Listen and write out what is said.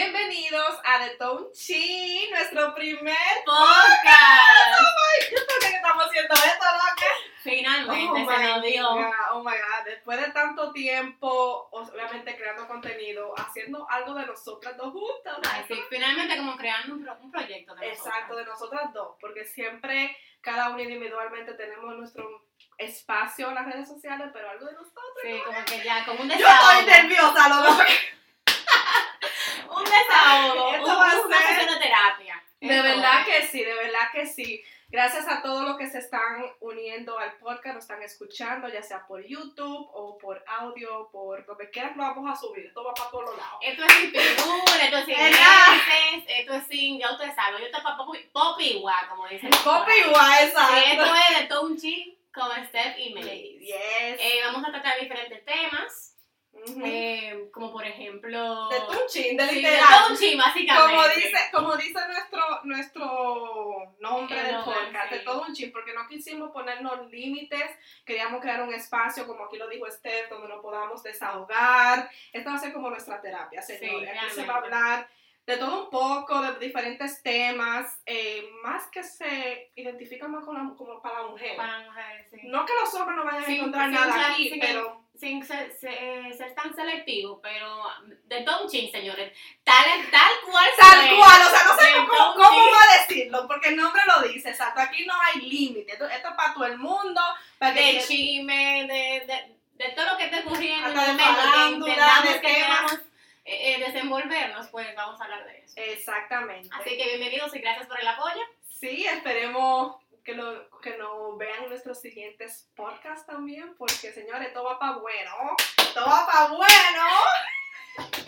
Bienvenidos a The Tone Chi, nuestro primer podcast. podcast que estamos haciendo esto, loca. Finalmente se nos dio. Oh God, oh my god, después de tanto tiempo, obviamente creando contenido, haciendo algo de nosotras dos juntas. Ay, sí, finalmente como creando un, pro- un proyecto de Exacto, nosotras. de nosotras dos, porque siempre cada una individualmente tenemos nuestro espacio en las redes sociales, pero algo de nosotros. Sí, como que ya, como un Yo estoy desahogo. nerviosa, loca. Un desahogo. Esto un- va a una ser- sesión de terapia. De verdad que sí, de verdad que sí. Gracias a todos los que se están uniendo al podcast, nos están escuchando, ya sea por YouTube o por audio, por lo que quieran, lo vamos a subir. Esto va para todos lados. Esto es sin figura, esto es sin Exacto. lentes, esto es sin, ya ustedes saben, esto es para popi, popi guá, como dicen. Copyright, Sí, exacto. esto es de todo un chin con Steph y Melody. Yes. Eh, vamos a tratar diferentes temas, Ujú. eh, como por ejemplo... de Tunchin, de Sí, de literal. todo un chin, básicamente. como dice, como dice nuestro, nuestro nombre El del nombre, podcast, de sí. todo un chin, porque no quisimos ponernos límites, queríamos crear un espacio, como aquí lo dijo Steph, donde nos podamos desahogar. Esta va a ser como nuestra terapia, Sí, señores. aquí se realmente. va a hablar de todo un poco, de diferentes temas, eh, más que se identifican más con la- como para la mujer. Para mujeres, sí. No que los hombres no vayan Sí, a encontrar sí, nada o sea, aquí, sí que- pero sin ser, se- eh, ser tan selectivo, pero de todo un chin, señores. Tal, tal cual. tal suena. cual, o sea, no sé De cómo, todo un cómo chin. va a decirlo, porque el nombre lo dice, exacto, aquí no hay límite, esto, esto es para todo el mundo, para que De chisme, de, de, de todo lo que esté ocurriendo. Hasta de en el momento, que farándula, entendamos de que temas. queramos, eh, eh, desenvolvernos, pues vamos a hablar de eso. Exactamente. Así que bienvenidos y gracias por el apoyo. Sí, esperemos que lo que nos vean nuestros siguientes podcasts también, porque señores, todo va para bueno. Todo va para bueno.